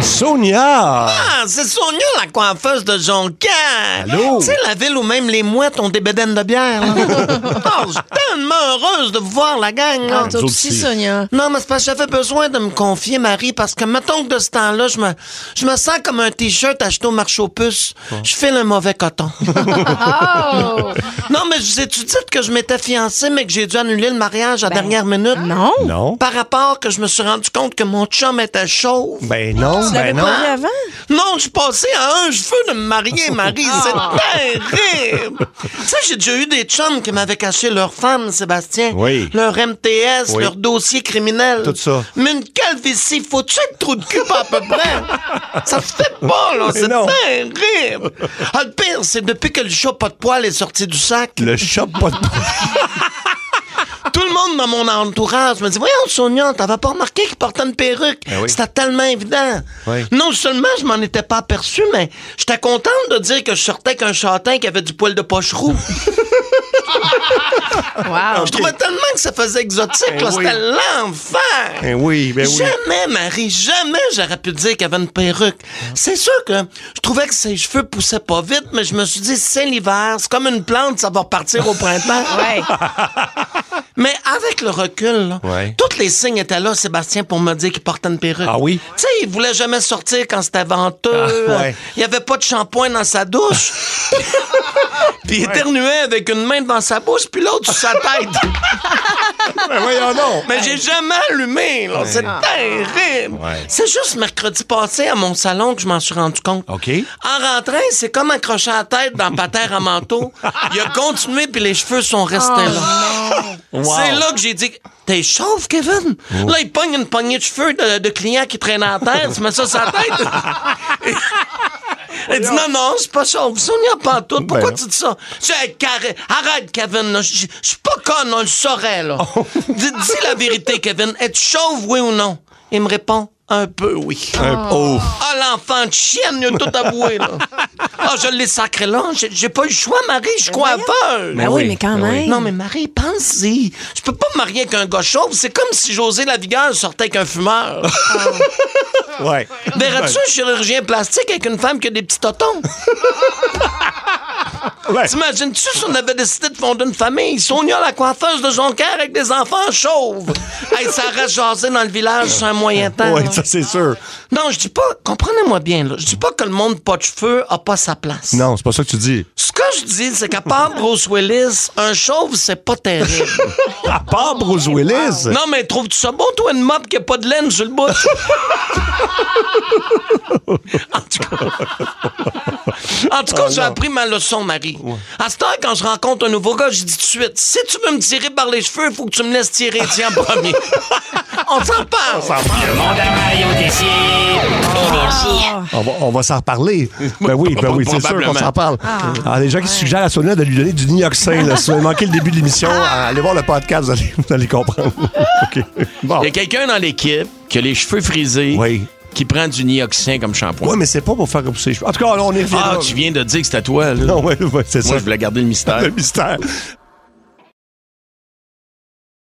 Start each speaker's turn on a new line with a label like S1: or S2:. S1: Sonia!
S2: Ah, c'est Sonia, la coiffeuse de Jonquière.
S1: Allô?
S2: Tu sais, la ville où même les mouettes ont des bédaines de bière. là. Ah, je suis tellement heureuse de vous voir, la gang. là.
S3: Ah, toi
S1: nous
S3: aussi,
S1: aussi.
S3: Sonia.
S2: Non, mais c'est parce que j'avais besoin de me confier, Marie, parce que mettons que de ce temps-là, je me, je me sens comme un T-shirt acheté au marché aux puces. Je file un mauvais coton.
S3: Oh!
S2: non, mais je vous ai-tu dit que je m'étais fiancée, mais que j'ai dû annuler le mariage à la dernière minute?
S3: Ben, Non?
S1: Non?
S2: Par rapport que je me suis rendu compte que mon chum était chauve.
S1: Ben non,
S3: Tu l'avais
S1: ben non.
S3: pas vu avant?
S2: Non, je suis passé à un cheveu de me marier, Marie. C'est terrible. tu sais, j'ai déjà eu des chums qui m'avaient caché leur femme, Sébastien.
S1: Oui.
S2: Leur MTS,
S1: Oui.
S2: leur dossier criminel.
S1: Tout ça.
S2: Mais une calvitie, faut-tu être trou de cul pas à peu près? ça se fait pas, là.
S1: Mais
S2: C'est
S1: non.
S2: terrible. Ah, le pire, c'est depuis que le chat pas de poil est sorti du sac,
S1: Le shop pas de
S2: tout le monde dans mon entourage me dit Voyons, Sonia, t'avais pas remarqué qu'il portait une perruque.
S1: Ben oui.
S2: C'était tellement évident.
S1: Oui.
S2: Non seulement je m'en étais pas aperçu, mais j'étais contente de dire que je sortais qu'un châtain qui avait du poil de poche roux.
S3: Wow!
S2: Je trouvais tellement que ça faisait exotique, là.
S1: Ben oui.
S2: C'était l'enfer.
S1: Ben oui, ben oui.
S2: Jamais, Marie, jamais j'aurais pu dire qu'elle avait une perruque. C'est sûr que je trouvais que ses cheveux poussaient pas vite, mais je me suis dit, c'est l'hiver, c'est comme une plante, ça va repartir au printemps.
S3: Ouais.
S2: Mais avec le recul, là,
S1: Ouais.
S2: tous les signes étaient là, Sébastien, pour me dire qu'il portait une perruque.
S1: Ah oui?
S2: Tu sais, il voulait jamais sortir quand c'était venteux.
S1: Ah, ouais.
S2: Euh, Il y avait pas de shampoing dans sa douche. puis il éternuait avec une main dans sa bouche, puis l'autre sur sa tête.
S1: Ben voyons donc.
S2: Mais j'ai jamais allumé, là. C'est terrible.
S1: Ah. Ouais.
S2: C'est juste mercredi passé à mon salon que je m'en suis rendu compte.
S1: OK.
S2: En rentrant, c'est comme accroché à la tête dans patère à manteau. Il a continué, puis les cheveux sont restés là.
S1: Wow. Oh.
S2: C'est là que j'ai dit T'es chauve, Kevin Là, il pogne une poignée de cheveux de, de clients qui traînent en terre, tu mets ça sur la tête. Il dit Non, non, je suis pas chauve. Ça, on n'y a pas en tout. Pourquoi
S1: Ben.
S2: tu dis ça C'est carré. Arrête, Kevin. là. Je je suis pas con, on le saurait, là.
S1: Oh.
S2: Dis- Dis la vérité, Kevin. Es-tu chauve, oui ou non Il me répond Un peu, oui.
S1: Un- Oh.
S2: Ah, l'enfant de chienne, il a tout avoué, là. Ah, je l'ai sacré là. J'ai- J'ai pas eu le choix, Marie, je crois
S3: Ben oui,
S1: oui,
S3: mais quand
S1: ben
S3: même.
S2: Non, mais Marie, pense-y. Je peux pas me marier avec un gars chauve. C'est comme si José Lavigueur sortait avec un fumeur.
S1: Ouais. Ben.
S2: Verrais-tu un chirurgien plastique avec une femme qui a des petits totons?
S1: Ben, Ouais.
S2: T'imagines-tu si on avait décidé de fonder une famille? Sonia, la coiffeuse de Jonquière, avec des enfants chauves. hey, ça reste jasé dans le village sur un moyen temps. là.
S1: Ouais, ça c'est sûr.
S2: Non, je dis pas... Comprenez-moi bien, là. Je dis pas que le monde pas de cheveux a pas sa place.
S1: Non, c'est pas ça que tu dis.
S2: Ce que je dis, c'est qu'à part Bruce Willis, un chauve, c'est pas terrible.
S1: À part Bruce Willis.
S2: non, mais trouves-tu ça bon, toi, une mop qui a pas de laine sur le bout? en tout cas, En tout cas, j'ai appris ma leçon, Marie. À ce temps, quand je rencontre un nouveau gars, je dis tout de suite, si tu veux me tirer par les cheveux, il faut que tu me laisses tirer, tiens, en premier. On s'en parle.
S4: Le monde à Mario Tessier.
S5: Oh,
S4: Énergie.
S1: On va, on va s'en reparler. Ben oui, ben oui, c'est sûr qu'on s'en parle. Alors, les gens qui suggèrent à Sonia de lui donner du nioxin, là, si vous avez manqué le début de l'émission, allez voir le podcast, vous allez, vous allez comprendre. OK. Bon.
S5: Il y a quelqu'un dans l'équipe qui a les cheveux frisés,
S1: Oui.
S5: qui prend du nioxin comme shampoing.
S1: Ouais, mais c'est pas pour faire repousser les cheveux. En tout cas, on est
S5: ah, tu viens de dire que c'était toi, là.
S1: Non, ouais, ouais, c'est ça.
S5: Moi, je voulais garder le mystère.
S1: Le mystère.